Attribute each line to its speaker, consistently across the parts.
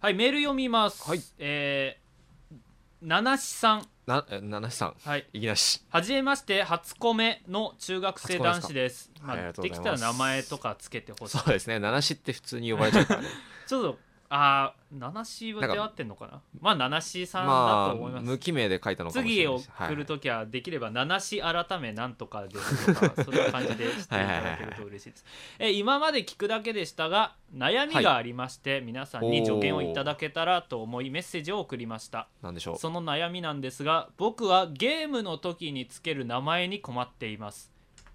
Speaker 1: はいメール読みます、
Speaker 2: はい
Speaker 1: えー、七七さん
Speaker 2: な、え、七七さん、
Speaker 1: はい
Speaker 2: いきなし。
Speaker 1: はじめまして初コメの中学生男子です
Speaker 2: 初コメですかありがとうご
Speaker 1: で
Speaker 2: ざい
Speaker 1: き
Speaker 2: ます
Speaker 1: たら名前とかつけてほしい
Speaker 2: そうですね、七七って普通に呼ばれちゃ うからね。
Speaker 1: ちょっとあー七七は出会ってんのかなまあ七七さんだ
Speaker 2: ま
Speaker 1: と思い
Speaker 2: あ、
Speaker 1: ます、
Speaker 2: 無記名で書いたのかもし
Speaker 1: 次
Speaker 2: れ
Speaker 1: へ
Speaker 2: ない
Speaker 1: 送
Speaker 2: し。は
Speaker 1: る
Speaker 2: い。
Speaker 1: ときはできれば七し改めなんとかですと かそういう感じでしていただけると嬉しいですえ今まで聞くだけでしたが悩みがありまして、皆さんに助言をいただけたらと思いメッセージを送りました
Speaker 2: なんでしょう。
Speaker 1: その悩みなんですが僕はゲームの時につける名前に困っています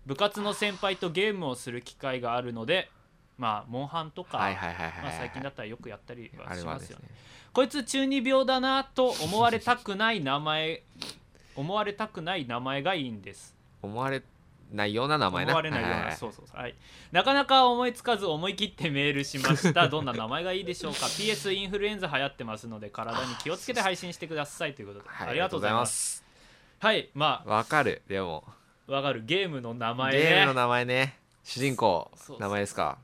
Speaker 1: 部活の先輩とゲームをする機会があるのでまあモンハンとか、
Speaker 2: はいはいはいはいはい。
Speaker 1: まあ、最近だったらよくやったり
Speaker 2: あ
Speaker 1: は
Speaker 2: れ
Speaker 1: し
Speaker 2: は
Speaker 1: ま
Speaker 2: ですす
Speaker 1: よ
Speaker 2: ね
Speaker 1: ね。こいつ中二病だなと思われたくない名前思われたくない名前がいいんです
Speaker 2: 思われないような名前な。
Speaker 1: 思われないよう
Speaker 2: はは
Speaker 1: な
Speaker 2: は
Speaker 1: そうそうそうはいなかなか思いつかず思い切ってメールしましたどんな名前がいいでしょうか PS インフルエンザ流行ってますので体に気をつけて配信してくださいということで、
Speaker 2: はい、
Speaker 1: ありがとうございます
Speaker 2: す。
Speaker 1: はいま
Speaker 2: わかる、でも。
Speaker 1: あわかるゲームの名前
Speaker 2: ゲームの
Speaker 1: ね
Speaker 2: 名前ね。主人公
Speaker 1: そうそう、
Speaker 2: 名前ですか。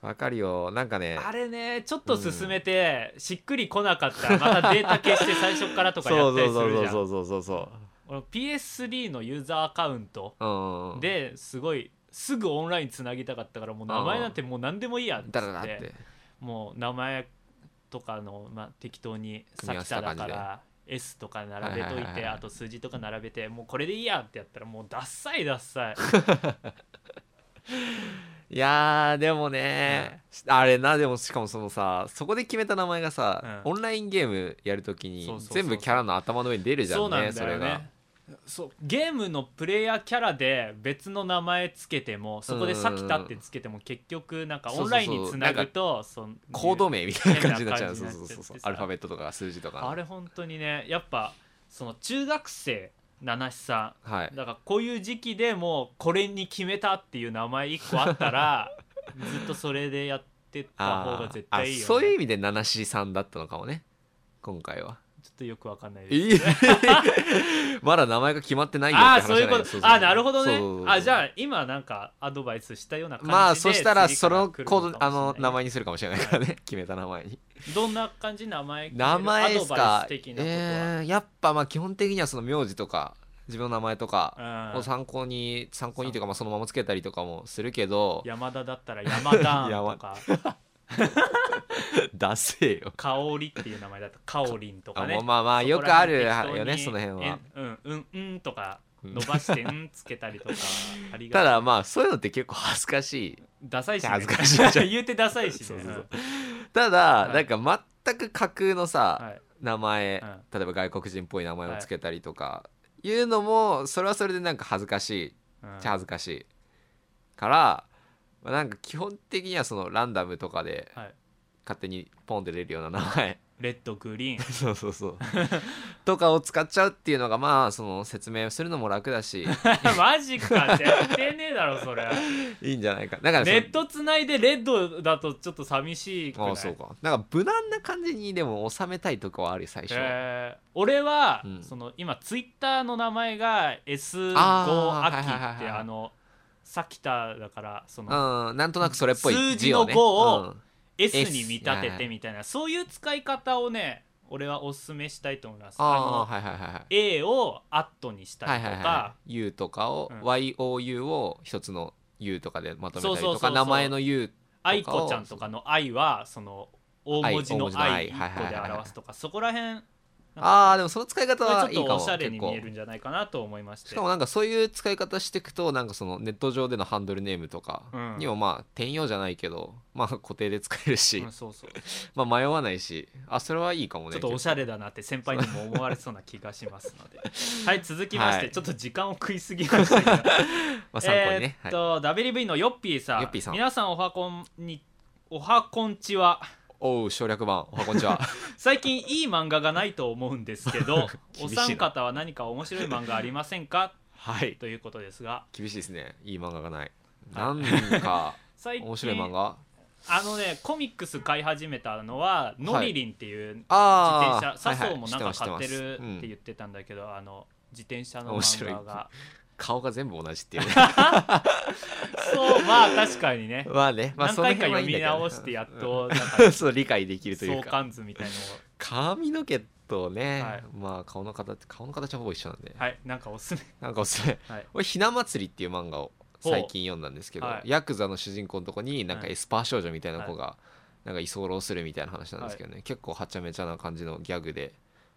Speaker 2: わかるよ、なんかね。
Speaker 1: あれねちょっと進めて、しっくりこなかったらまたデータ消して最初からとかや
Speaker 2: そ
Speaker 1: っ
Speaker 2: う
Speaker 1: た
Speaker 2: そ
Speaker 1: り
Speaker 2: う
Speaker 1: するじゃ
Speaker 2: そう
Speaker 1: ん
Speaker 2: そうそうそうそう。
Speaker 1: 俺 PS3 のユーザーアカウント、
Speaker 2: うんうん、
Speaker 1: ですごいすぐオンラインつなぎたかったからもう名前なんてもう何でもいいやっつって
Speaker 2: だらだらって。
Speaker 1: もう名前とかの、まあ、適当に
Speaker 2: 組み合
Speaker 1: さ
Speaker 2: わ
Speaker 1: きただ
Speaker 2: せた感じ
Speaker 1: か
Speaker 2: で
Speaker 1: ら S とか並べといて、
Speaker 2: はいはいはいはい
Speaker 1: あと数字とか並べてもうこれでいいやってやったらもうダッサいダッサい
Speaker 2: いやーでもね、あれなでもしかもそのさそこで決めた名前がさ、
Speaker 1: うん
Speaker 2: オンラインゲームやるときに
Speaker 1: そうそうそうそう
Speaker 2: 全部キャラの頭の上に出るじゃんね
Speaker 1: そうなんだ
Speaker 2: それ
Speaker 1: よ
Speaker 2: が
Speaker 1: ねそうゲームのプレイヤーキャラで別の名前つけてもそこで「さきた」ってつけても結局なんかオンラインにつなぐとその
Speaker 2: コード名みたいな感じになっちゃ
Speaker 1: 変
Speaker 2: うそう
Speaker 1: な感じになっ
Speaker 2: そう
Speaker 1: ちゃって
Speaker 2: そうそう
Speaker 1: さ
Speaker 2: アルファベットとか数字と
Speaker 1: あ
Speaker 2: か
Speaker 1: れ本当にねやっぱその中学生七七さ
Speaker 2: はい
Speaker 1: んだからこういう時期でもうこれに決めたっていう名前一個あったら ずっとそれでやってった方が
Speaker 2: ー
Speaker 1: 絶対いいよ、ね、
Speaker 2: あそういう意味で七七さんだったのかもね今回は
Speaker 1: ちょっとよくわかんないです
Speaker 2: え まだ名前が決まってないよって
Speaker 1: ああ
Speaker 2: 話
Speaker 1: ー
Speaker 2: じゃ
Speaker 1: そういう
Speaker 2: な
Speaker 1: こ
Speaker 2: い
Speaker 1: とあーなるほど
Speaker 2: そうそうそう
Speaker 1: ねあじゃあ今なんかアドバイスしたような感じで
Speaker 2: まあそしたら
Speaker 1: 次
Speaker 2: そ
Speaker 1: から
Speaker 2: の
Speaker 1: 来る
Speaker 2: コ
Speaker 1: か
Speaker 2: ー
Speaker 1: もしれ
Speaker 2: ド
Speaker 1: ない
Speaker 2: あの名前にするかもしれないからね決めた名前に
Speaker 1: どんな感じ名前決める
Speaker 2: 名前で
Speaker 1: ア
Speaker 2: す
Speaker 1: ドバイ
Speaker 2: か
Speaker 1: ス
Speaker 2: え
Speaker 1: 的なことは、
Speaker 2: ーやっぱまあ基本的にはその名字とか自分の名前とか
Speaker 1: う
Speaker 2: を
Speaker 1: ん
Speaker 2: 参考に参考にというかまあそのままつけたりとかもするけど
Speaker 1: 山田だったら山 田とか
Speaker 2: 出せよ
Speaker 1: 香りっていう名前だと香りんとかね
Speaker 2: あまあまあ
Speaker 1: そ
Speaker 2: よ
Speaker 1: こ
Speaker 2: くあ
Speaker 1: ら辺適当に
Speaker 2: るよねその辺は
Speaker 1: えんうんうんうんとか伸ばしてうんつけたりとかありが
Speaker 2: ただまあそういうのって結構恥ずかしい
Speaker 1: ダサいし、ね、
Speaker 2: 恥ずかしいじゃ ん
Speaker 1: 言うてダサいし、ね、
Speaker 2: そうそうそう
Speaker 1: うん
Speaker 2: た
Speaker 1: は
Speaker 2: だ
Speaker 1: い
Speaker 2: なんか全く架空の
Speaker 1: は
Speaker 2: さ
Speaker 1: い
Speaker 2: 名前
Speaker 1: うん
Speaker 2: 例えば外国人っぽい名前をつけたりとかいうのもそれはそれでなんか恥ずかしい
Speaker 1: うん
Speaker 2: めっちゃ恥ずかしいから、まあ、なんか基本的にはそのランダムとかで
Speaker 1: はい
Speaker 2: 勝手にポンって出るような名 前
Speaker 1: レッドグリーン
Speaker 2: そうそうそうとかを使っちゃうっていうのがまあその説明するのも楽 だし
Speaker 1: マジか絶対ねえだろそれ
Speaker 2: いいんじゃないかだからそ
Speaker 1: ネット繋いでレッドだとちょっと寂しいくない
Speaker 2: ああそうかなんか無難な感じにでも収めたいとこはあるよ最初、
Speaker 1: えー俺は、
Speaker 2: うん
Speaker 1: その今ツイッターの名前が S5
Speaker 2: あー
Speaker 1: 秋
Speaker 2: はいはい
Speaker 1: っ
Speaker 2: はい
Speaker 1: て
Speaker 2: はい
Speaker 1: あのさきただからその、
Speaker 2: うんなんとなくそれっぽい
Speaker 1: 数字
Speaker 2: 字をね
Speaker 1: の五を
Speaker 2: うん
Speaker 1: S
Speaker 2: S
Speaker 1: に見立ててみたいな、そういう使い方をね俺はおすすめしたいと思いますあの
Speaker 2: ああはいはいはいはい
Speaker 1: A をアットにした
Speaker 2: は
Speaker 1: り
Speaker 2: い
Speaker 1: と
Speaker 2: は
Speaker 1: か、
Speaker 2: いはい、U とかを、
Speaker 1: うん
Speaker 2: YOU を一つの U とかでまとめたりと
Speaker 1: そう
Speaker 2: か
Speaker 1: そうそうそう
Speaker 2: 名前の U
Speaker 1: 愛子ちゃんとかの愛はその大文字の愛
Speaker 2: 愛
Speaker 1: 一個で表すとかそこら辺
Speaker 2: ああでもその使い方
Speaker 1: は
Speaker 2: は
Speaker 1: ち
Speaker 2: いい
Speaker 1: ょ
Speaker 2: か
Speaker 1: っ
Speaker 2: も
Speaker 1: とおしゃれに見
Speaker 2: 結構
Speaker 1: えるんじゃないかなと思いまして
Speaker 2: しかもなんかそういう使い方していくとなんかそのネット上でのハンドルネームとか
Speaker 1: うん
Speaker 2: にもまあ転用じゃないけどまあ固定で使えるし、
Speaker 1: うん そうそうち
Speaker 2: まあ迷わないしあそれはいいかもね
Speaker 1: ょっとおしゃれだなって先輩にも思われそうな気がします のではい続きまして、
Speaker 2: はい
Speaker 1: ちょっと時間を食いすぎま したけど
Speaker 2: まあ参考にね、
Speaker 1: えーっ
Speaker 2: は
Speaker 1: と、
Speaker 2: い、
Speaker 1: WV のヨッピーさん
Speaker 2: ヨッピーさん
Speaker 1: 皆さんおはこんにおはこんちは
Speaker 2: おう省略版おはこんに ちは
Speaker 1: 最近いい漫画がないと思うんですけどお
Speaker 2: 厳しいな
Speaker 1: 三方は何か面白い漫画ありませんか
Speaker 2: はい
Speaker 1: ということですが
Speaker 2: 厳しいですねいい漫画がないなんか
Speaker 1: 最近
Speaker 2: 面白い漫画
Speaker 1: あのねコミックス買い始めたのはノリリンっていう自転
Speaker 2: あ
Speaker 1: 車
Speaker 2: あ
Speaker 1: 笹生もなんか買って
Speaker 2: はい
Speaker 1: る
Speaker 2: はい知ます
Speaker 1: って
Speaker 2: 知
Speaker 1: 言ってたんだけどあの自転車の
Speaker 2: 面白い
Speaker 1: 漫画が
Speaker 2: 顔が全部同じっていうね
Speaker 1: そうまあ確かにね
Speaker 2: まあね、まあ、
Speaker 1: 何
Speaker 2: その
Speaker 1: 回か
Speaker 2: 辺
Speaker 1: 読
Speaker 2: はいい
Speaker 1: み
Speaker 2: んだけど
Speaker 1: 直してやっとなんか
Speaker 2: うん そう理解できるという
Speaker 1: 相
Speaker 2: か
Speaker 1: 関図みたいのを
Speaker 2: 髪の毛とね、
Speaker 1: はい
Speaker 2: まあ顔の形顔の形はほぼ一緒なんで、
Speaker 1: はいなんかおすすめ
Speaker 2: なんかおすすめ
Speaker 1: はい
Speaker 2: 俺「ひな祭り」っていう漫画を最近読んだんですけど、
Speaker 1: ほうはい
Speaker 2: ヤクザの主人公のとこになんか
Speaker 1: はい
Speaker 2: エスパー少女みたいな子がなんか居候するみたいな話なんですけどね、結構はちゃめちゃな感じのギャグで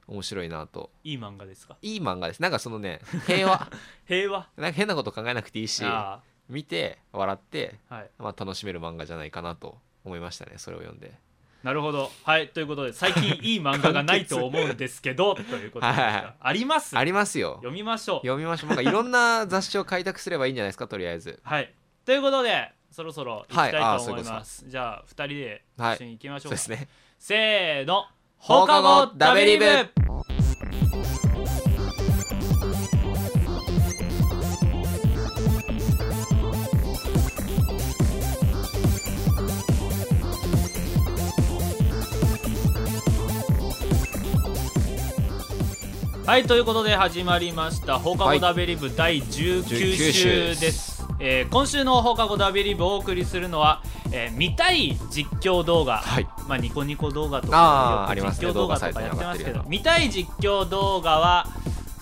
Speaker 2: 面白いなと
Speaker 1: いい漫画ですか
Speaker 2: いい漫画ですなんかそのね平 和
Speaker 1: 平和
Speaker 2: なんか変なこと考えなくていいし
Speaker 1: あ
Speaker 2: 見て笑って、
Speaker 1: あはい
Speaker 2: まあ、楽しめる漫画じゃないかなと思いましたねそれを読んで
Speaker 1: なるほどはいということで最近いい漫画がないと思うんですけどということです
Speaker 2: はいはいはい
Speaker 1: があります
Speaker 2: ありますよ
Speaker 1: 読みましょう
Speaker 2: 読みましょうなんかいろんな雑誌を開拓すればいいんじゃないですかとりあえず
Speaker 1: はいということでそろそろ行きたい
Speaker 2: はいああ
Speaker 1: と
Speaker 2: そう
Speaker 1: 思
Speaker 2: いう
Speaker 1: い
Speaker 2: こと
Speaker 1: ま
Speaker 2: です
Speaker 1: じゃあ2人で
Speaker 2: はい
Speaker 1: 一緒に行きましょ
Speaker 2: そうう
Speaker 1: か、
Speaker 2: ですね
Speaker 1: せーの
Speaker 2: 放課後ダベリブ
Speaker 1: はいということで始まりました放課後ダベリブ第19
Speaker 2: 19
Speaker 1: 週
Speaker 2: 週
Speaker 1: です、えー今週の放課後ダベリブをお送りするのは、えー見たい実況動画、
Speaker 2: はい
Speaker 1: まあ、ニコニコ動画と
Speaker 2: あ
Speaker 1: か
Speaker 2: ーあります
Speaker 1: 実
Speaker 2: ね
Speaker 1: 況動画とかやってますけど見たい実況動画は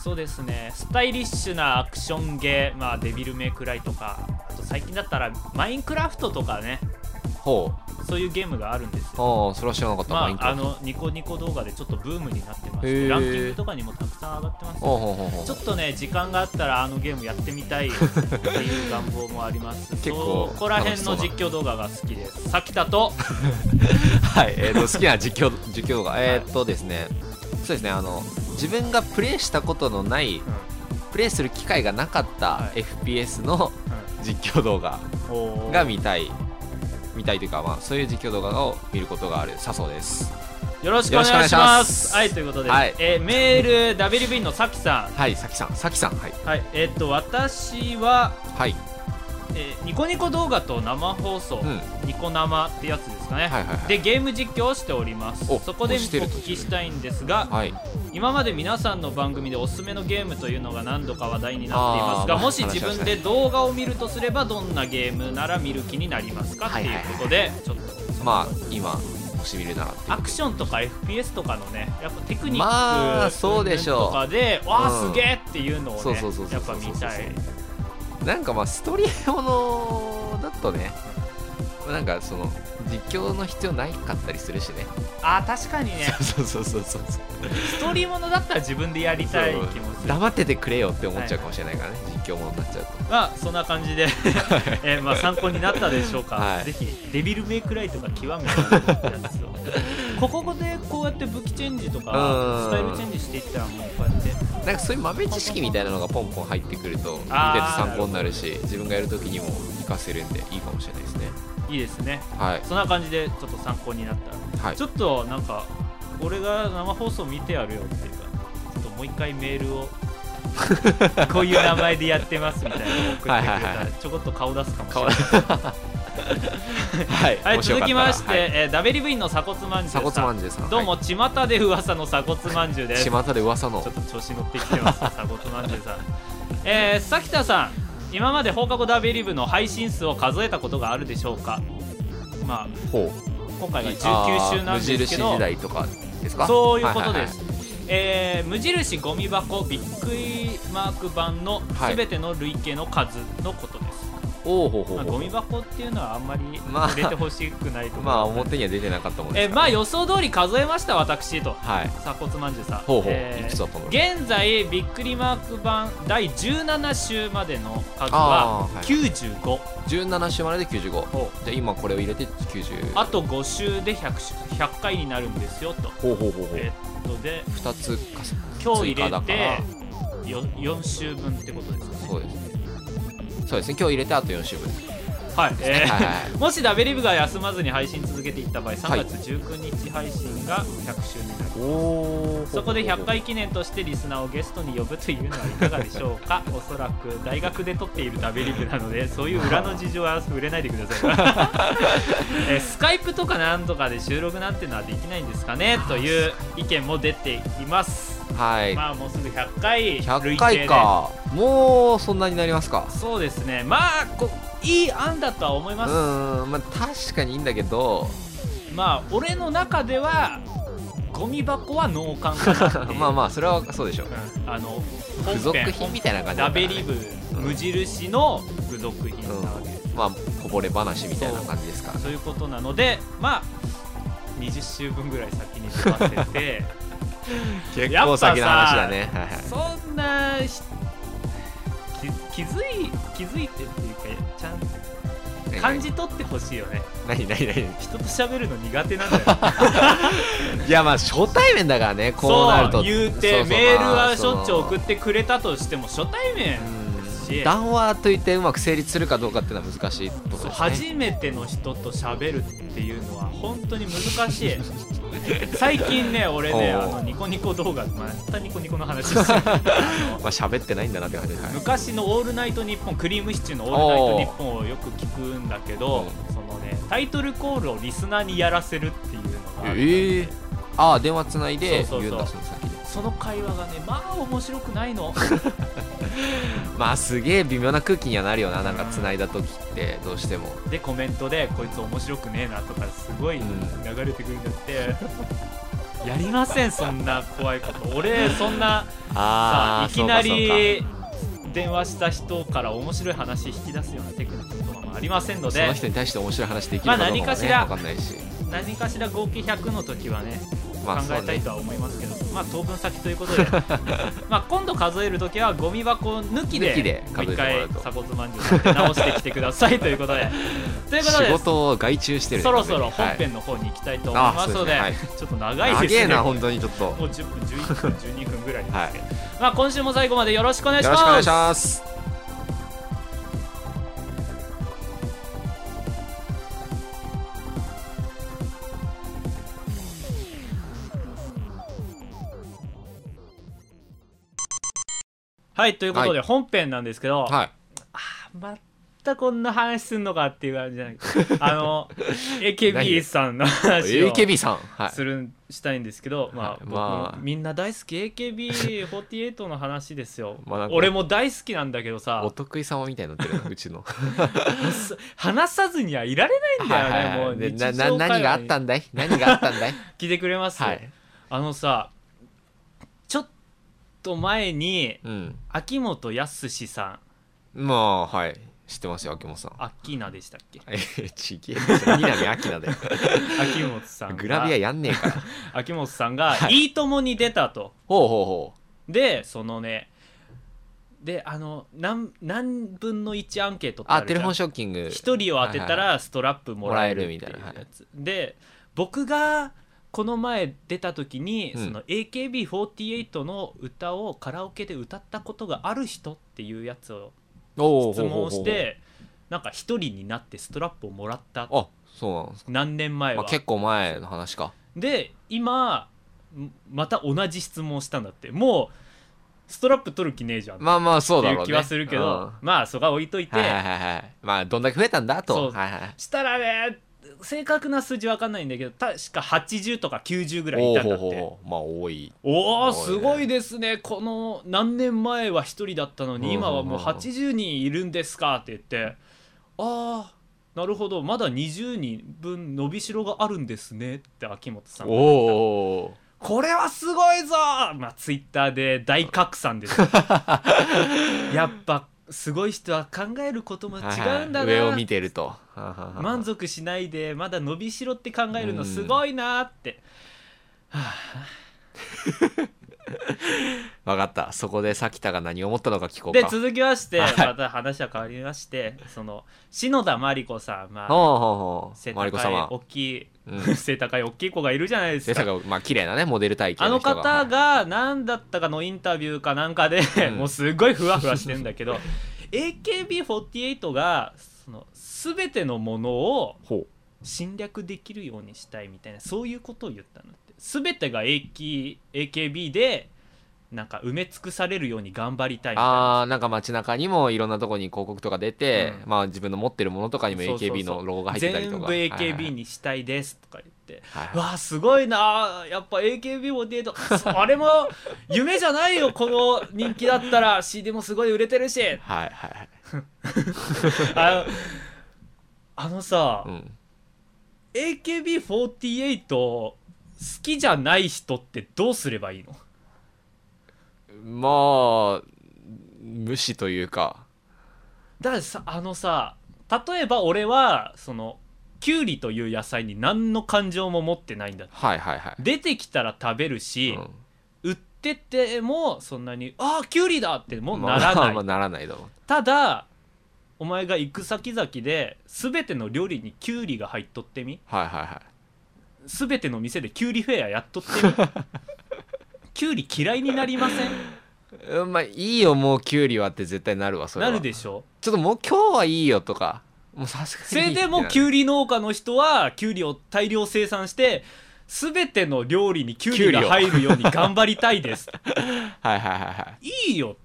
Speaker 1: そうですねスタイリッシュなアクションゲー、まあ、デビルメイクライとかあと最近だったらマインクラフトとかね
Speaker 2: ほう
Speaker 1: そういうゲームがあるんですよ
Speaker 2: ああそれは知らなかった、
Speaker 1: ま
Speaker 2: マインク
Speaker 1: あ、あ
Speaker 2: ラフト
Speaker 1: のニコニコ動画でちょっとブームになってまし
Speaker 2: へ
Speaker 1: て
Speaker 2: ー
Speaker 1: ランキングとかにもたくさん上がってます
Speaker 2: ほうほうほうほう
Speaker 1: ちょっとね時間があったらあのゲームやってみたいっていう願望もあります
Speaker 2: 結構
Speaker 1: そこら辺の
Speaker 2: 楽しそう
Speaker 1: 実況動画が好きですさきたと
Speaker 2: はい、えー、と好きな実況実況動画えっ、とですねそうですねあの自分がプレイしたことのないプレイする機会がなかった
Speaker 1: はい
Speaker 2: FPS の実況動画
Speaker 1: おー
Speaker 2: が見たい見たいというか、まあ、そういう実況動画を見ることがある笹生です
Speaker 1: よろしくお願いします。
Speaker 2: よ
Speaker 1: は
Speaker 2: ろ
Speaker 1: い、
Speaker 2: し
Speaker 1: ということで、
Speaker 2: はい
Speaker 1: えーメール WB のさきさ
Speaker 2: はいさきさんさきさんはい
Speaker 1: ん、はい、えーっと私は、
Speaker 2: はい、
Speaker 1: えーニコニコ動画と生放送、
Speaker 2: うん、
Speaker 1: ニコ生ってやつですかね。
Speaker 2: はいはいはい
Speaker 1: でゲーム実況をしております
Speaker 2: お
Speaker 1: そこでお
Speaker 2: もうしてる
Speaker 1: 聞きしたいんですが、
Speaker 2: はい
Speaker 1: 今まで皆さんの番組でおすすめのゲームというのが何度か話題になっていますが
Speaker 2: あー
Speaker 1: もし自分で動画を見るとすればどんなゲームなら見る気になりますかって
Speaker 2: はい
Speaker 1: い
Speaker 2: はいうはい
Speaker 1: ことでちょっと
Speaker 2: まあ今星見るならっていう
Speaker 1: アクションとか FPS とかのねやっぱテクニック、
Speaker 2: まあそうでしょう
Speaker 1: とかでわあ
Speaker 2: う
Speaker 1: す
Speaker 2: ん
Speaker 1: げえっていうのを
Speaker 2: そう
Speaker 1: ね
Speaker 2: そうそうそう
Speaker 1: やっぱ見たい
Speaker 2: なんかまあストーリーものだとねなんかその実況の必要ないかったりするしね
Speaker 1: あー確かにね
Speaker 2: そうそうそうそうそう
Speaker 1: ストーリーものだったら自分でやりたい気もする
Speaker 2: 黙っててくれよって思っちゃうかもしれないからね、実況ものになっちゃうと
Speaker 1: まあそんな感じで、えーまあ、参考になったでしょうか、
Speaker 2: はい
Speaker 1: ぜひデビルメイクライとか極めたやつを ここでこうやって武器チェンジとか
Speaker 2: うん
Speaker 1: スタイルチェンジしていったらもうこうやって
Speaker 2: なんかそういう豆知識みたいなのがポンポン入ってくると見てて
Speaker 1: あー
Speaker 2: 参考になるし自分がやるときにも活かせるんでいいかもしれないですね
Speaker 1: いいですね
Speaker 2: はい
Speaker 1: そんな感じでちょっと参考になったら
Speaker 2: はい
Speaker 1: ちょっとなんか俺が生放送見てやるよっていうかちょっともう一回メール をこういう名前でやってますみたいなのを送ってくれた
Speaker 2: はいはいは
Speaker 1: ら
Speaker 2: い
Speaker 1: ちょこっと顔出すかもしれ
Speaker 2: 顔
Speaker 1: ない。
Speaker 2: はい、
Speaker 1: はい、
Speaker 2: もしよ
Speaker 1: 続
Speaker 2: かっ
Speaker 1: き
Speaker 2: たら
Speaker 1: まして、
Speaker 2: はい
Speaker 1: えー、WV の鎖骨まんじゅ
Speaker 2: 鎖
Speaker 1: う
Speaker 2: 骨
Speaker 1: さ
Speaker 2: ま
Speaker 1: ん
Speaker 2: んじゅうさん
Speaker 1: どうも巷で噂の鎖骨まんじゅう
Speaker 2: は
Speaker 1: で
Speaker 2: い
Speaker 1: すちょ
Speaker 2: 巷で噂の
Speaker 1: っと調子乗ってきて ます鎖骨まんじゅうさんえー、咲田さん今まで放課後ダベリブの配信数を数えたことがあるでしょうかまあ
Speaker 2: ほう
Speaker 1: 今回が
Speaker 2: あ
Speaker 1: 19
Speaker 2: ー
Speaker 1: 週なんですけ
Speaker 2: 無印
Speaker 1: ど
Speaker 2: 時代とかですか
Speaker 1: そういうこと
Speaker 2: はは
Speaker 1: で
Speaker 2: は
Speaker 1: す、えー無印ゴミ箱ビックリマーク版の
Speaker 2: はい
Speaker 1: 全ての累計の数のことです、
Speaker 2: おおほうほう
Speaker 1: まあ、
Speaker 2: ほ
Speaker 1: ゴ
Speaker 2: う
Speaker 1: ミ箱っていうのはあんまり
Speaker 2: まあ
Speaker 1: 触れてほしくないところ、
Speaker 2: まあ表には出てなかったもんで
Speaker 1: え
Speaker 2: す
Speaker 1: ー
Speaker 2: か
Speaker 1: ま
Speaker 2: ら
Speaker 1: あ
Speaker 2: ね
Speaker 1: 予想通り数えました私と
Speaker 2: はい
Speaker 1: 鎖骨まんじゅうさん
Speaker 2: ほうほう、
Speaker 1: えー
Speaker 2: いくつだったの
Speaker 1: 現在びっくりマーク版第17週までの数
Speaker 2: あ
Speaker 1: は
Speaker 2: ーはい
Speaker 1: 95、
Speaker 2: 17週までで95
Speaker 1: ほ
Speaker 2: じゃあ今これを入れて90
Speaker 1: あと5週で 100, 100回になるんですよと
Speaker 2: ほうほうほうほう
Speaker 1: えーっとで
Speaker 2: 2つかさ
Speaker 1: 今日入
Speaker 2: 追加
Speaker 1: れ
Speaker 2: だか
Speaker 1: て
Speaker 2: ら
Speaker 1: よ4週分ってことですかね
Speaker 2: そうですねそうですね今日入れてあと4週分ですね
Speaker 1: はい、えー
Speaker 2: はいはいはい
Speaker 1: もしダベリブが休まずに配信続けていった場合
Speaker 2: はい
Speaker 1: 3月19日配信が100週になる、
Speaker 2: おお
Speaker 1: そこで100回記念としてリスナーをゲストに呼ぶというのはいかがでしょう かおそらく大学で撮っているダベリブなのでそういう裏の事情は触れないでくだ さい、えースカイプとかなんとかで収録なんてのはできないんですかねという意見も出ています
Speaker 2: はい、
Speaker 1: まあもうすぐ100回
Speaker 2: 100
Speaker 1: 累
Speaker 2: 回
Speaker 1: 計で
Speaker 2: かもうそんなになりますか
Speaker 1: そうですねまあこいい案だとは思いうます、
Speaker 2: んまあ確かにいいんだけど
Speaker 1: まあ俺の中ではゴミ箱は脳幹かなっていう
Speaker 2: まあまあそれはそうでしょう
Speaker 1: うんあの
Speaker 2: 付属品みたいな感じだ
Speaker 1: ラ
Speaker 2: からね
Speaker 1: ベリブ無印の付属品なわけです、
Speaker 2: まあこぼれ話みたいな感じですから
Speaker 1: そういうことなのでまあ20週分ぐらい先に飛ばせ て
Speaker 2: 結
Speaker 1: やっ
Speaker 2: 構
Speaker 1: ぱさ
Speaker 2: 先の話だねはいはい
Speaker 1: そんなひ気気づい気づいてっていうかちゃんと
Speaker 2: 何
Speaker 1: 感じ取ってほしいよね
Speaker 2: 何何何
Speaker 1: 人と喋るの苦手なんだよね
Speaker 2: いやまあ初対面だからねこうなると
Speaker 1: そう言う
Speaker 2: そ
Speaker 1: て
Speaker 2: そ
Speaker 1: メール
Speaker 2: ま
Speaker 1: は
Speaker 2: あ
Speaker 1: しょっちゅう送
Speaker 2: その
Speaker 1: ってくれたとしても初対面
Speaker 2: うん
Speaker 1: し
Speaker 2: 談話といってうまく成立するかどうかっていうのは難しいところですね
Speaker 1: 初めての人と喋るっていうのは本当に難 しい最近ね俺ね
Speaker 2: おう
Speaker 1: あのニコニコ動画またニコニコの話 してるあの
Speaker 2: まあ喋ってないんだなって感じで、はい
Speaker 1: 昔の「オールナイトニッポン」クリームシチューの「オールナイトニッポン」をよく聞くんだけどそのねタイトルコールをリスナーにやらせるっていうのがあるんだよね
Speaker 2: ええああ電話つないで
Speaker 1: そうそうそう
Speaker 2: 言うんだその先で
Speaker 1: その会話がねまあ面白くないの
Speaker 2: まあすげえ微妙な空気にはなるよななんかつないだ時ってどうしても
Speaker 1: でコメントで「こいつ面白くねえな」とかすごい流
Speaker 2: うん
Speaker 1: れてくるんだって、やりませんそんな怖いこと俺そんなさ
Speaker 2: あ
Speaker 1: いきなり電話した人から面白い話引き出すようなテクニックとかもありませんの
Speaker 2: その
Speaker 1: で
Speaker 2: 人に対して面白い話できるかどうかも、ね
Speaker 1: まあ何かしら
Speaker 2: 分かんないし、
Speaker 1: 何かしら合計100の時はね
Speaker 2: ま
Speaker 1: 考
Speaker 2: あ、そう
Speaker 1: えたい
Speaker 2: ね
Speaker 1: とは思いますけど、まあ当分先ということ でまあ今度数える時はゴミ箱抜き
Speaker 2: 抜きで
Speaker 1: でもう一
Speaker 2: 数えてもら
Speaker 1: 回
Speaker 2: うと
Speaker 1: 鎖骨まんじゅうで直してきてくださいということでということ
Speaker 2: 仕
Speaker 1: で
Speaker 2: 事を外注してるね
Speaker 1: そろそろ
Speaker 2: 完
Speaker 1: 本
Speaker 2: 全に
Speaker 1: 編の方に行きたいと思いますので,、
Speaker 2: はいあ
Speaker 1: ちょっと長
Speaker 2: はい
Speaker 1: で
Speaker 2: い、
Speaker 1: す
Speaker 2: 長え
Speaker 1: ね
Speaker 2: な
Speaker 1: もう
Speaker 2: 本当にちょっとよ
Speaker 1: 10分11分12分ぐらいですけど、
Speaker 2: はい
Speaker 1: まあ今週も最後までよろしくお願
Speaker 2: ろ
Speaker 1: い
Speaker 2: し
Speaker 1: し
Speaker 2: く
Speaker 1: ま
Speaker 2: お
Speaker 1: す
Speaker 2: 願いします
Speaker 1: はいということで本編なんですけど、
Speaker 2: はい
Speaker 1: またこんな話すんのかっていう感じじ ゃないあの AKB さんの話を
Speaker 2: AKB さんはい
Speaker 1: するしたいんですけど、まあ
Speaker 2: はい、
Speaker 1: 僕
Speaker 2: まあ
Speaker 1: みんな大好き AKB48 の話ですよ
Speaker 2: まあなんか
Speaker 1: 俺も大好きなんだけど
Speaker 2: お
Speaker 1: さ
Speaker 2: 得意様みたいになってるなう ちの
Speaker 1: 話さずにはいられないんだよね、もう
Speaker 2: で
Speaker 1: 日
Speaker 2: な
Speaker 1: 常
Speaker 2: な
Speaker 1: 会話に
Speaker 2: 何があったんだい何があった んだい
Speaker 1: 聞いてくれます、
Speaker 2: はい
Speaker 1: あのさちょっと前に
Speaker 2: うん
Speaker 1: 秋元康さん
Speaker 2: まあはい知ってますよ秋元さん
Speaker 1: アッキーナでしたっけ
Speaker 2: えちげえな南明菜 だよ
Speaker 1: 秋元さん
Speaker 2: グラ
Speaker 1: が
Speaker 2: ビアやんねえ から
Speaker 1: 秋元さんが「
Speaker 2: はい
Speaker 1: いいとも!」に出たと。
Speaker 2: ほうほうほ
Speaker 1: でそのねであの何何分の1アンケートっ
Speaker 2: う
Speaker 1: て
Speaker 2: あ
Speaker 1: るじ
Speaker 2: テレ
Speaker 1: ゃん
Speaker 2: フォンショッキング
Speaker 1: 一人を当てた
Speaker 2: はい
Speaker 1: らストラップもらえるみ
Speaker 2: もらえるみ
Speaker 1: た
Speaker 2: た
Speaker 1: い
Speaker 2: い
Speaker 1: な
Speaker 2: な
Speaker 1: やつで僕がこの前出た時に、
Speaker 2: うん
Speaker 1: その AKB48 の歌をカラオケで歌ったことがある人っていうやつを
Speaker 2: おー
Speaker 1: 質問し
Speaker 2: ほうほうほう
Speaker 1: てなんか一人になってストラップをもらった
Speaker 2: ほうあそうなんですか、
Speaker 1: 何年前
Speaker 2: まあ、
Speaker 1: は、
Speaker 2: 結構前の話か
Speaker 1: で今んまた同じ質問をしたんだってもうストラップ取る気ねえじゃん
Speaker 2: まあまあそう
Speaker 1: って
Speaker 2: だ
Speaker 1: い
Speaker 2: ろう、
Speaker 1: う気
Speaker 2: ね、
Speaker 1: はするけど、
Speaker 2: うん
Speaker 1: まあそこは置いといて、
Speaker 2: はいはいはいはいまあどんだけ増えたんだ
Speaker 1: そ
Speaker 2: と
Speaker 1: う
Speaker 2: はいはい
Speaker 1: したらね正確な数字わかんないんだけど確か80とか90ぐらい
Speaker 2: お
Speaker 1: い
Speaker 2: お
Speaker 1: たん
Speaker 2: ほ
Speaker 1: だ
Speaker 2: う
Speaker 1: って
Speaker 2: ほうほうまあ多い
Speaker 1: おお
Speaker 2: すご
Speaker 1: す
Speaker 2: いね
Speaker 1: ごいですねこの何年前は1人だったのに今はもう80人いるんですかって言ってああなるほどまだ20人分伸びしろがあるんですねって秋元さん
Speaker 2: お
Speaker 1: が
Speaker 2: お
Speaker 1: これはすごいぞまあツイッターで大拡散 ですやっぱすごい人は考えることも違うんだな、
Speaker 2: 上を見てるとはあはあはあ
Speaker 1: 満足しないでまだ伸びしろって考えるのすごいなーって、
Speaker 2: わかったそこでさきたが何を思ったのか聞こうか
Speaker 1: で続きまして、
Speaker 2: はい
Speaker 1: また話は変わりましてその篠田麻里子さんまあ
Speaker 2: ほうほうほう
Speaker 1: 背
Speaker 2: マリコ
Speaker 1: 高い
Speaker 2: 様
Speaker 1: 大きい、
Speaker 2: うん
Speaker 1: 背高い大きい子がいるじゃないです
Speaker 2: でさ
Speaker 1: か
Speaker 2: がまあ綺麗なねモデル体型
Speaker 1: あの
Speaker 2: 人
Speaker 1: 方が何だったかのインタビューかなんかで、
Speaker 2: ん
Speaker 1: もうすごいふわふわしてんだけど AKB48 がその全てのものを
Speaker 2: ほ
Speaker 1: 侵略できるようにしたいみたいなそういうことを言ったんだって全てが AK AKB でなんか埋め尽くされるように頑張りたいみたいな
Speaker 2: あーなんか街中にもいろんなとこに広告とか出て、
Speaker 1: うん
Speaker 2: まあ自分の持ってるものとかにも
Speaker 1: そうそうそう
Speaker 2: AKB のロゴが入ってたりとか
Speaker 1: 全部
Speaker 2: はいはいは
Speaker 1: AKB
Speaker 2: い
Speaker 1: にしたいですとか言って、
Speaker 2: はいは
Speaker 1: わあすごいなーやっぱ AKB48 そあれも 夢じゃないよこの人気だったら CD もすごい売れてるし
Speaker 2: はいはい
Speaker 1: あのあのさ、
Speaker 2: うん
Speaker 1: AKB48 好きじゃない人ってどうすればいいの
Speaker 2: まあ無視というか
Speaker 1: だからさあのさ例えば俺はそのキュウリという野菜に何の感情も持ってないんだ
Speaker 2: はいはいは
Speaker 1: 出てきたら食べる
Speaker 2: い、
Speaker 1: し、
Speaker 2: うん
Speaker 1: 売っててもそんなに「ああキュウリだ!」ってもう
Speaker 2: まあ
Speaker 1: なら
Speaker 2: ま
Speaker 1: な
Speaker 2: あ
Speaker 1: い、
Speaker 2: まあならないだろう
Speaker 1: ただお前が行く先々で全ての料理にキュウリが入っとってみ
Speaker 2: はいはいはい
Speaker 1: 全ての店でキュウリフェアやっとってみ キュウリ嫌いになりません
Speaker 2: うんまあいいよもうキュウリはって絶対なるわそれ
Speaker 1: な
Speaker 2: は
Speaker 1: るでしょ
Speaker 2: ちょっともう今日はいいよとかもうさすがに
Speaker 1: それでもうキ
Speaker 2: ウ
Speaker 1: ュウリ農家の人はキュウリを大量生産して全ての料理にキュウリが入るように頑張りたいです
Speaker 2: はいはいはいはい
Speaker 1: いよ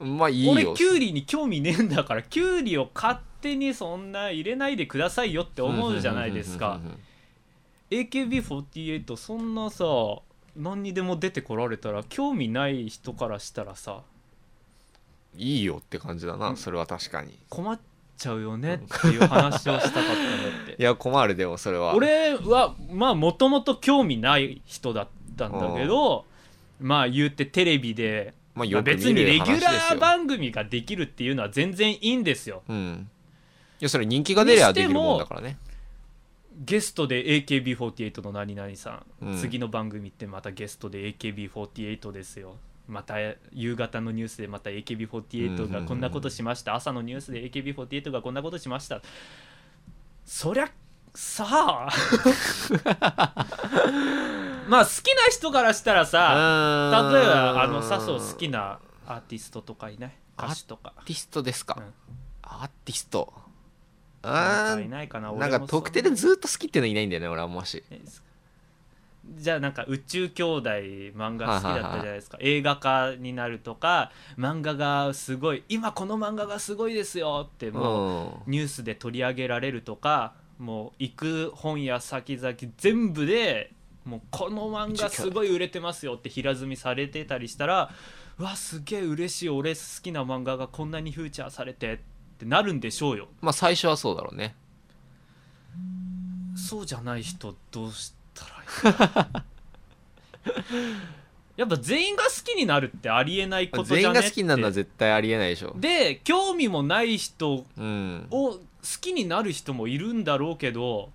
Speaker 2: いまあいいよ
Speaker 1: 俺キュウリに興味ねえんだからキュウリを勝手にそんな入れないでくださいよって思うじゃないですか
Speaker 2: うんうんうんうん
Speaker 1: AKB48 そんなさ何にでも出てこられたら興味ない人からしたらさ
Speaker 2: うんいいよって感じだな、
Speaker 1: うん
Speaker 2: それは確かにい
Speaker 1: 困っちゃうよねっていう話をしたかったんだ って
Speaker 2: や困るでもそれは
Speaker 1: 俺はまあもともと興味ない人だったんだけどまあ言うてテレビで、ま
Speaker 2: まあ
Speaker 1: あ
Speaker 2: よく見
Speaker 1: 別にレ
Speaker 2: る
Speaker 1: ギ
Speaker 2: 話ですよ、
Speaker 1: ュラー番組ができるっていうのは全然いいんですよ
Speaker 2: うんいやそれ人気が出りゃできるもんだからね
Speaker 1: ゲストで AKB48 の何々さん、
Speaker 2: うん
Speaker 1: 次の番組ってまたゲストで AKB48 ですよまた夕方のニュースでまた
Speaker 2: うんう
Speaker 1: AKB48
Speaker 2: んうん
Speaker 1: が
Speaker 2: うん
Speaker 1: こんなことしました、朝のニュースで AKB48 がこんなことしましたそりゃ さあまあ好きな人からしたらさ例え
Speaker 2: 例
Speaker 1: ばあの笹生好き
Speaker 2: な
Speaker 1: なアーティストとかいない歌手とか
Speaker 2: アーティストですか、
Speaker 1: うん
Speaker 2: アーティスト
Speaker 1: な
Speaker 2: あ
Speaker 1: んかい
Speaker 2: ー
Speaker 1: ないかな
Speaker 2: なんか特定でずっと好きっていうのいないんだよね俺はもし
Speaker 1: ねじゃあなんか宇宙兄弟漫画好きだったじゃないですか映画化になるとか漫画がすごい今この漫画がすごいですよってもう
Speaker 2: う
Speaker 1: ニュースで取り上げられるとかもう行く本や先々全部でもうこの漫画すごい売れてますよって平積みされてたりしたらうわすげえ嬉しい俺好きな漫画がこんなにフューチャーされてってなるんでしょうよ
Speaker 2: まあ最初はそうだろうね
Speaker 1: そうじゃない人どうしたらいいの やっぱ全員が好きになるってありえないことじゃね
Speaker 2: 全員が好きになるのは
Speaker 1: って
Speaker 2: 絶対ありえないでしょ
Speaker 1: で興味もない人
Speaker 2: うん
Speaker 1: を好きになる人もいるんだろうけど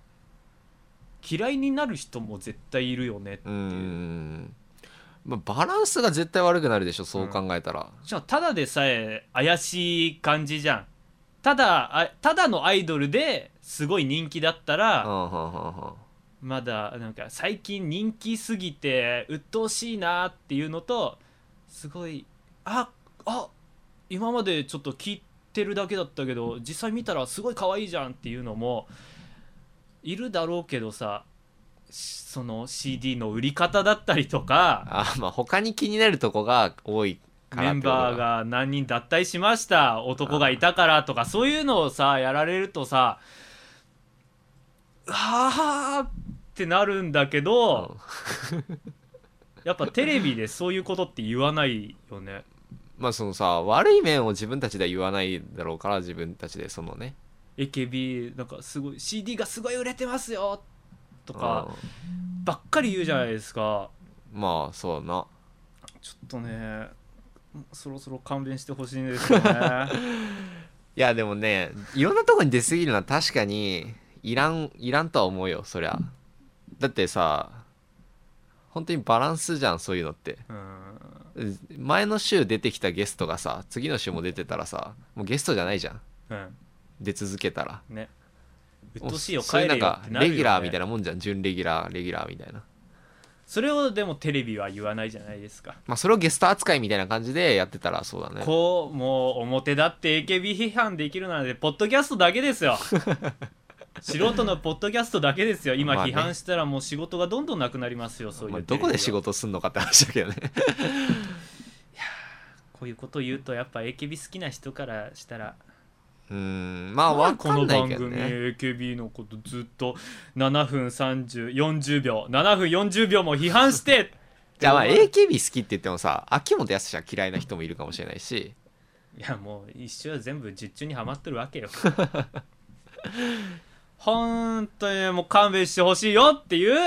Speaker 1: 嫌いになる人も絶対いるよねって
Speaker 2: う
Speaker 1: いう、
Speaker 2: んまあバランスが絶対悪くなるでしょそう考えたら、
Speaker 1: じゃあただでさえ怪しい感じじゃんただあただのアイドルですごい人気だったら、
Speaker 2: うんうんうんうん
Speaker 1: まだなんか最近人気すぎて鬱陶しいなっていうのとすごいああ今までちょっと聞いてるだけだったけど実際見たらすごい可愛いじゃんっていうのもいるだろうけどさしその CD の売り方だったりとか
Speaker 2: あまあ他に気になるとこが多いから
Speaker 1: メンバーが何人脱退しました男がいたからとかそういうのをさやられるとさはあってなるんだけど、
Speaker 2: うん
Speaker 1: やっぱテレビでそういうことって言わないよね。
Speaker 2: まあそのさ悪い面を自分たちでは言わないだろうから自分たちでそのね
Speaker 1: AKB なんかすごい CD がすごい売れてますよと
Speaker 2: と
Speaker 1: かばっかり言うじゃないですか。
Speaker 2: まあそうだな
Speaker 1: ちょっとねそろそろ勘弁してほしいんです よね。
Speaker 2: いやでもねいろんなとこに出過ぎるのは確かにいらんいらんとは思うよそりゃだってさ本当にバランスじゃんそういうのって
Speaker 1: うん
Speaker 2: 前の週出てきたゲストがさ次の週も出てたらさもうゲストじゃないじゃん
Speaker 1: うん
Speaker 2: 出続けたら
Speaker 1: ね。うっ
Speaker 2: もう
Speaker 1: としいよ
Speaker 2: そうい
Speaker 1: 帰れ
Speaker 2: うなん
Speaker 1: よ
Speaker 2: か
Speaker 1: ってなる
Speaker 2: レ
Speaker 1: よ、ね、
Speaker 2: ギュラーみたいなもんじゃん準レギュラーレギュラーみたいな
Speaker 1: それをでもテレビは言わないじゃないですか。
Speaker 2: まあそれをゲスト扱いみたいな感じでやってたらそうだね
Speaker 1: こうもう表だって AKB 批判できるなんてポッドキャストだけですよ 素人のポッドキャストだけですよ今
Speaker 2: まあね
Speaker 1: 批判したらもう仕事がどんどんなくなりますよそういう、
Speaker 2: まあ、どこで仕事すんのかって話だけどね
Speaker 1: こういうこと言うとやっぱ AKB 好きな人からしたら
Speaker 2: うーんまあ
Speaker 1: なん
Speaker 2: わ
Speaker 1: でこ
Speaker 2: か
Speaker 1: の
Speaker 2: んない
Speaker 1: 番
Speaker 2: けど
Speaker 1: 組
Speaker 2: ね
Speaker 1: AKB のことずっと7分3040秒7分40秒も批判して
Speaker 2: じゃあまあ AKB 好きって言ってもさ秋元康は嫌いな人もいるかもしれないし
Speaker 1: いやもう一生全部実中にはまってるわけ よ本当にもう勘弁してほしいよっていう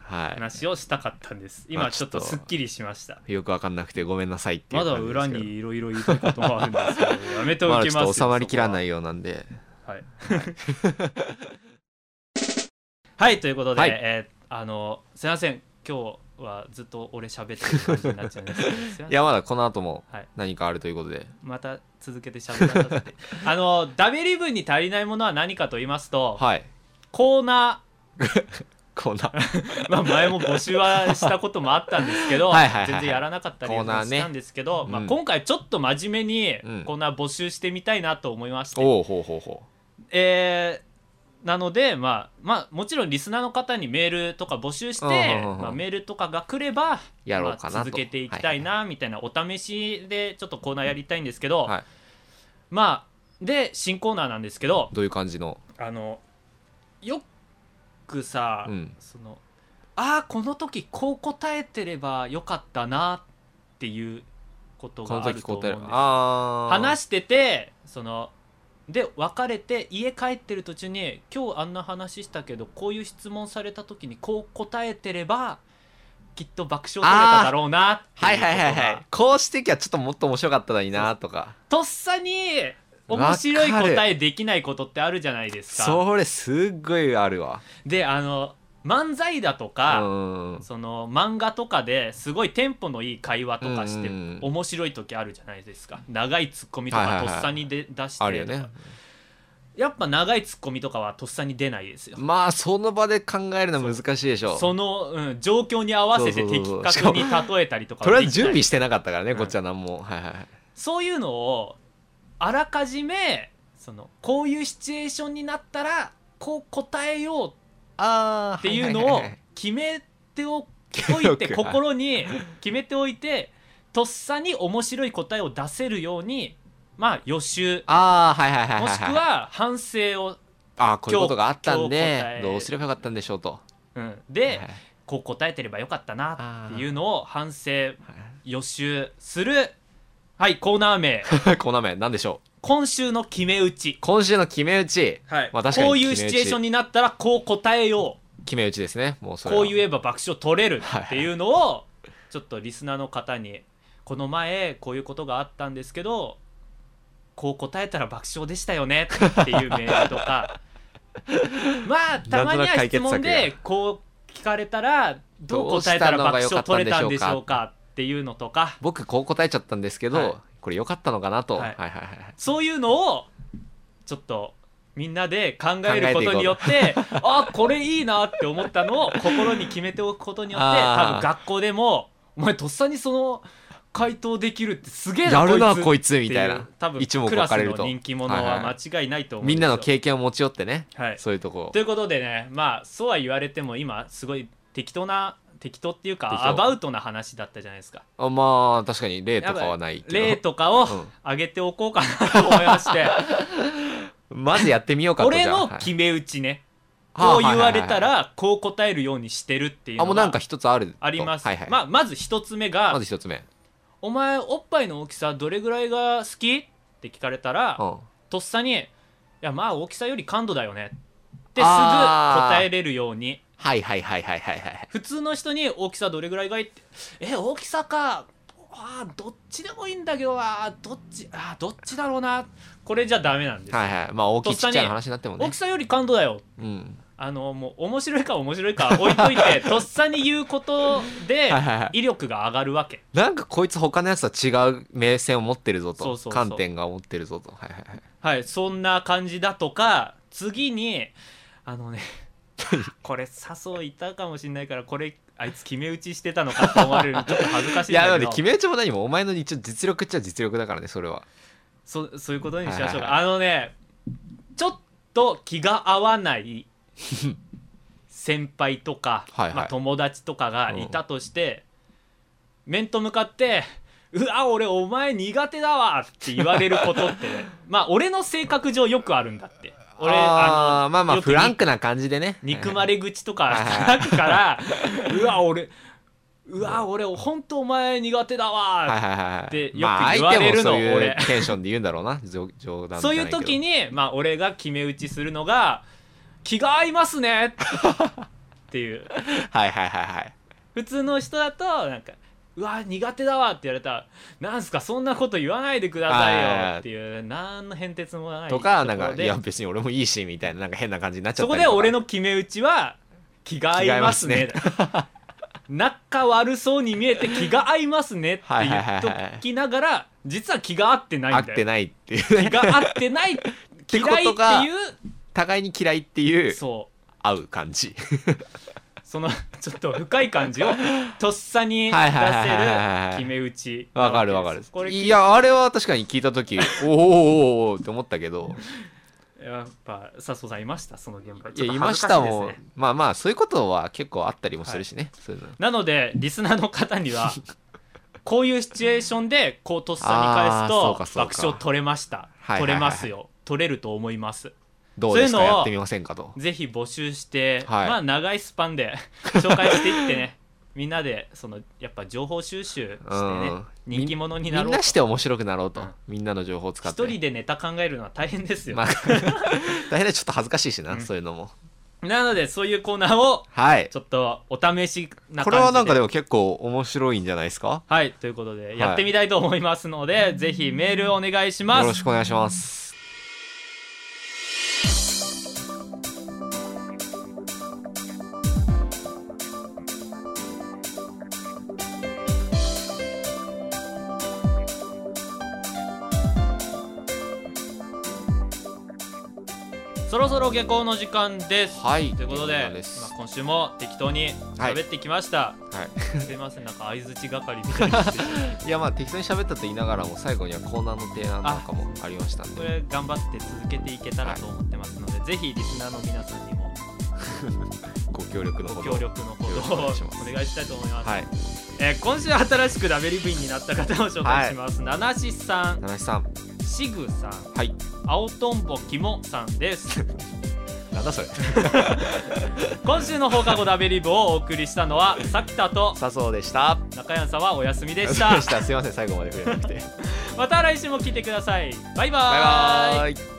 Speaker 2: は
Speaker 1: 話をしたかったんです
Speaker 2: ま
Speaker 1: 今
Speaker 2: あ
Speaker 1: ち
Speaker 2: ち
Speaker 1: ょ
Speaker 2: ょ
Speaker 1: っ
Speaker 2: っ
Speaker 1: と
Speaker 2: と
Speaker 1: すっきりしました
Speaker 2: いよくわかんなくてごめんなさいっていう
Speaker 1: まだ
Speaker 2: 感じですけど
Speaker 1: 裏にいろいろ言いたいこともあるんですけどやめておき
Speaker 2: ま
Speaker 1: ま
Speaker 2: だ
Speaker 1: す
Speaker 2: ちょっと収まりきらないいようなんで
Speaker 1: はい、はい、ということで、
Speaker 2: はい
Speaker 1: えーあのすいません今日はずっと俺喋ってる感じになっちゃうんですけどすいません
Speaker 2: いやまだこの後も
Speaker 1: はい
Speaker 2: 何かあるということで、
Speaker 1: また続けて喋らさせてあのダメリブンに足りないものは何かと言いますと、
Speaker 2: はい
Speaker 1: コーナ
Speaker 2: コーナー
Speaker 1: ー、まあ、前も募集はしたこともあったんですけど
Speaker 2: はいはいはいはい
Speaker 1: 全然やらなかったりも
Speaker 2: コーナーね
Speaker 1: したんですけど、まあ、
Speaker 2: うん
Speaker 1: 今回ちょっと真面目
Speaker 2: う
Speaker 1: に
Speaker 2: ん
Speaker 1: コーナー募集してみたいなと思いまして、
Speaker 2: おおほうほうほ
Speaker 1: えーなので、まあまあ、もちろんリスナーの方にメールとか募集して、
Speaker 2: うんうんうんうん
Speaker 1: まあ、メールとかが来れば
Speaker 2: やろうかなと
Speaker 1: まあ続けていきたいなみたいなお試しでちょっとコーナーやりたいんですけど、
Speaker 2: うはい
Speaker 1: まあで新コーナーなんですけど
Speaker 2: どういう感じの
Speaker 1: あのよくさ、
Speaker 2: うん
Speaker 1: そのああこの時こう答えてればよかったなっていうこと
Speaker 2: この
Speaker 1: がある
Speaker 2: 時
Speaker 1: と思うん
Speaker 2: 答
Speaker 1: で
Speaker 2: え
Speaker 1: す
Speaker 2: るああ
Speaker 1: 話しててそので別れて家帰ってる途中に今日あんな話したけどこういう質問された時にこう答えてればきっと爆笑取れただろうなって
Speaker 2: はいいう
Speaker 1: こと
Speaker 2: はいはい
Speaker 1: が
Speaker 2: はいこうしてきゃちょっともっと面白かったのになとか
Speaker 1: とっさに面白い答えできないことってあるじゃないですか。
Speaker 2: それすっごいあるわ
Speaker 1: であの漫才だと
Speaker 2: う
Speaker 1: か、
Speaker 2: んうん
Speaker 1: その漫画とかですごいテンポのいい会話とかして
Speaker 2: うんうん
Speaker 1: 面白い時あるじゃないですか長いツッコミとかとっさに出出して
Speaker 2: あるよね
Speaker 1: やっぱ長いツッコミとかはとっさに出ないですよ。
Speaker 2: まあその場で考えるのは難しいでしょ
Speaker 1: その、うん、状況に合わせて
Speaker 2: そうそう
Speaker 1: 的
Speaker 2: そう
Speaker 1: 確に例えたりとか
Speaker 2: とりあえず準
Speaker 1: でき
Speaker 2: 備
Speaker 1: た
Speaker 2: してなかったからね
Speaker 1: ん
Speaker 2: こっちは何もはいはいはい
Speaker 1: そういうのをあらかじめそのこういうシチュエーションになったらこう答えよう
Speaker 2: ああ
Speaker 1: っていうのを決めてお いて
Speaker 2: 決めとく
Speaker 1: 心に決めておいてとっさに面白い答えを出せるようにまあ予習
Speaker 2: ああはいはいはい
Speaker 1: も
Speaker 2: はい
Speaker 1: しく
Speaker 2: い
Speaker 1: は反省を、
Speaker 2: ああこういうことがあったん
Speaker 1: 今日今日答え
Speaker 2: でどうすればよかったんでしょうと
Speaker 1: うん、
Speaker 2: はい
Speaker 1: で
Speaker 2: はい
Speaker 1: こう答えてればよかったなっていうのを反省予習するはいコーナー名
Speaker 2: この名前何でしょう
Speaker 1: 今週の決め打ち、
Speaker 2: 今週の決め打ち
Speaker 1: はい
Speaker 2: まあ確かに
Speaker 1: こういうシチュエーションになったらこう答えよ
Speaker 2: 決め打ちですねもう
Speaker 1: う
Speaker 2: それ
Speaker 1: こう言
Speaker 2: え
Speaker 1: えば爆笑取れるっていうのをちょっとリスナーの方にこの前こういうことがあったんですけどこう答えたら爆笑でしたよねっていうメールと かまあたまには質問でこう聞かれたらどう答えたら爆笑取れたんでしょうかっていうのとか
Speaker 2: 僕こう答えちゃったんですけど、
Speaker 1: はい
Speaker 2: これ良かったのかなと、
Speaker 1: は
Speaker 2: はいい、はいはいはい
Speaker 1: そういうのをちょっとみんなで考えることによってあこれいいなって思ったのを心に決めておくことによって多
Speaker 2: あー
Speaker 1: 分学校でもお前とっさにその回答できるってすげえな
Speaker 2: やるなこ
Speaker 1: い
Speaker 2: いつ
Speaker 1: つ
Speaker 2: みたいな
Speaker 1: ってう多分
Speaker 2: 一目
Speaker 1: ク
Speaker 2: 置
Speaker 1: ラス
Speaker 2: かれる
Speaker 1: の
Speaker 2: と
Speaker 1: 人気者は間違いないと思う
Speaker 2: みんなの
Speaker 1: ですよ
Speaker 2: 経験を持ち寄ってね、
Speaker 1: はい
Speaker 2: そういうとこ
Speaker 1: ということでねまあそうは言われても今すごい適当な適当っていう
Speaker 2: 適
Speaker 1: か
Speaker 2: 当
Speaker 1: アバウトな話だったじゃないですか
Speaker 2: あまあ確かに例とかはないけど
Speaker 1: 例とかを
Speaker 2: うん
Speaker 1: 上げておこうかなと思いまして、
Speaker 2: まずやってみようかと
Speaker 1: 俺
Speaker 2: じゃあ
Speaker 1: の
Speaker 2: はい
Speaker 1: 決め打ちね、
Speaker 2: はあ
Speaker 1: こう言われた
Speaker 2: はいはいはい
Speaker 1: らこう答えるようにしてるっていう
Speaker 2: あも
Speaker 1: の
Speaker 2: うなん
Speaker 1: が
Speaker 2: か一つあると
Speaker 1: あります、
Speaker 2: はいはい
Speaker 1: まあ、まず一つ目
Speaker 2: ま
Speaker 1: が
Speaker 2: ず一つ目
Speaker 1: 「お前おっぱいの大きさどれぐらいが好き?」って聞かれたら、
Speaker 2: うん
Speaker 1: とっさに「いやまあ大きさより感度だよね」ってすぐ
Speaker 2: あー
Speaker 1: 答えれるように
Speaker 2: はいはいはいはいはいはい
Speaker 1: 普通の人に「大きさどれぐらいがいい?」って「え大きさか」あーどっちでもいいんだけどあーどっちあーどっちだろうなこれじゃダメなんです、
Speaker 2: はいはいまあ大き
Speaker 1: と
Speaker 2: い
Speaker 1: っ
Speaker 2: ち
Speaker 1: さ
Speaker 2: っ
Speaker 1: に
Speaker 2: ちゃいの話になっても
Speaker 1: 大
Speaker 2: ね
Speaker 1: きさより感度だよ
Speaker 2: うん
Speaker 1: あのもう面白いか面白いか置いとい てとっさに言うことで
Speaker 2: はいはいはい
Speaker 1: 威力が上がるわけ
Speaker 2: なんかこいつ他のやつとは違う目線を持ってるぞと
Speaker 1: そうそうそう
Speaker 2: 観点が持ってるぞとはいはいはい
Speaker 1: はいそんな感じだとか次にあのね これ誘いたかもしれないからこれあいつ決め打ちしてたのかって思われるのちょっと恥ずかしい
Speaker 2: い
Speaker 1: んだ
Speaker 2: やな
Speaker 1: けど
Speaker 2: ので決め打ちも何もお前の一応実力っちゃ実力だからねそれは
Speaker 1: そそういうことにしましょうか、
Speaker 2: は
Speaker 1: あのねちょっと気が合わない先輩とか、
Speaker 2: はいはい
Speaker 1: まあ、友達とかがいたとして、面と向かってうわ俺お前苦手だわって言われることって まあ俺の性格上よくあるんだって俺
Speaker 2: あーまあまあ
Speaker 1: よく
Speaker 2: フランクな感じでね
Speaker 1: 憎
Speaker 2: れ
Speaker 1: まれ口とか
Speaker 2: はいはい
Speaker 1: 叩く からうわ俺うわ俺本当お前苦手だわ
Speaker 2: っ
Speaker 1: ってよく
Speaker 2: 相手
Speaker 1: 言われ
Speaker 2: も
Speaker 1: るの
Speaker 2: そういう
Speaker 1: 俺
Speaker 2: テンションで言うんだろうな冗冗談じゃ
Speaker 1: そう
Speaker 2: ないいうけど
Speaker 1: 時にまあ俺が決め打ちするのが気が合います ねっていう
Speaker 2: はいはいはいはい
Speaker 1: 普通の人だとなんかうわ苦手だわって言われたらなんすかそんなこと言わないでくださいよっていう何の変哲もない
Speaker 2: とか
Speaker 1: と
Speaker 2: なん
Speaker 1: ころ
Speaker 2: か
Speaker 1: で
Speaker 2: いや別に俺もいいしみたいななんか変な感じになっちゃ
Speaker 1: そ
Speaker 2: った
Speaker 1: こ
Speaker 2: りとか
Speaker 1: で俺の決め打ちは気が合いますね仲悪そうに見えて気が合いますねって言っときながら実は気が合ってな
Speaker 2: 合
Speaker 1: い
Speaker 2: っ
Speaker 1: んだ
Speaker 2: て
Speaker 1: よ
Speaker 2: ないってい う
Speaker 1: 気
Speaker 2: ね
Speaker 1: が合って ない
Speaker 2: て
Speaker 1: 嫌
Speaker 2: こ
Speaker 1: いっ
Speaker 2: と
Speaker 1: て
Speaker 2: が
Speaker 1: い
Speaker 2: 互いに嫌いっていう
Speaker 1: うそう
Speaker 2: 合う感じ
Speaker 1: そのちょっと深い感じ をとっさに出
Speaker 2: はい
Speaker 1: せ
Speaker 2: はいはいはいはい
Speaker 1: る決め打ち
Speaker 2: わかるわかる
Speaker 1: これ
Speaker 2: いやあれは確かに聞いた時おーおーおーおーって思ったけど
Speaker 1: やっぱ笹生さんいましたその現場
Speaker 2: い
Speaker 1: ちょっ
Speaker 2: や
Speaker 1: と
Speaker 2: いま
Speaker 1: 恥
Speaker 2: し
Speaker 1: ずか
Speaker 2: た
Speaker 1: いです
Speaker 2: もん
Speaker 1: ね
Speaker 2: まあまあそういうことは結構あったりもするしね、そういうの
Speaker 1: なのでリスナーの方に はこういうシチュエーションでこうとっさ
Speaker 2: あーそう
Speaker 1: に
Speaker 2: か
Speaker 1: 返
Speaker 2: そ
Speaker 1: す
Speaker 2: う
Speaker 1: と
Speaker 2: か
Speaker 1: 爆笑取れました
Speaker 2: はいはいはい
Speaker 1: 取れますよ取れると思います
Speaker 2: どうですか
Speaker 1: そういうのを
Speaker 2: やってみませんかと
Speaker 1: ぜひ募集して、
Speaker 2: はい
Speaker 1: まあ長いスパン で紹介していってねみんなでそのやっぱ情報収集して
Speaker 2: うん
Speaker 1: ね人気者に
Speaker 2: み
Speaker 1: なろ
Speaker 2: ん
Speaker 1: う
Speaker 2: なして面白くなろうと、
Speaker 1: うん
Speaker 2: みんなの情報を使って
Speaker 1: 一人でネタ考えるのは大変ですよ、
Speaker 2: まあ 大変でちょっと恥ずかしいしな、
Speaker 1: うん
Speaker 2: そういうのも
Speaker 1: なのでそういうコーナーを
Speaker 2: はい
Speaker 1: ちょっとお試しな感じで
Speaker 2: これはなんかでも結構面白いんじゃないですか
Speaker 1: はいということでやってみたいと思いますので、ぜひメールお願いします
Speaker 2: よろしくお願いします
Speaker 1: そろそろ下校の時間です
Speaker 2: はい
Speaker 1: ということ
Speaker 2: 下
Speaker 1: で
Speaker 2: 校です
Speaker 1: まあ、今週も適当に喋ってきました、
Speaker 2: はい
Speaker 1: すいませんなんか相槌係みたいに して
Speaker 2: いやまあ適当に喋ったと言いながらも最後にはコーナーの提案なんかもありましたん
Speaker 1: こ
Speaker 2: で
Speaker 1: れ頑張って続けていけたらと思ってますので、ぜひリスナーの皆さんにも
Speaker 2: ご協力の
Speaker 1: ご
Speaker 2: ほど
Speaker 1: 協力のほどを
Speaker 2: よろしくお願いします
Speaker 1: お願いしたいと思います、
Speaker 2: はい
Speaker 1: えー今週新しくダベリ部員になった方を紹介します、ナナシさん
Speaker 2: 七七さん
Speaker 1: シグさん
Speaker 2: はい
Speaker 1: 青とんぼきもさんです
Speaker 2: なんだそれ
Speaker 1: 今週の放課後ダベリ部をお送りしたのはさきたと
Speaker 2: 笹生でした
Speaker 1: 中山さんはお休みでし
Speaker 2: 笹生
Speaker 1: た
Speaker 2: でしたすいません最後まで触れなくてバイ
Speaker 1: また来週も聞いてくださいバイバーイ
Speaker 2: バーイ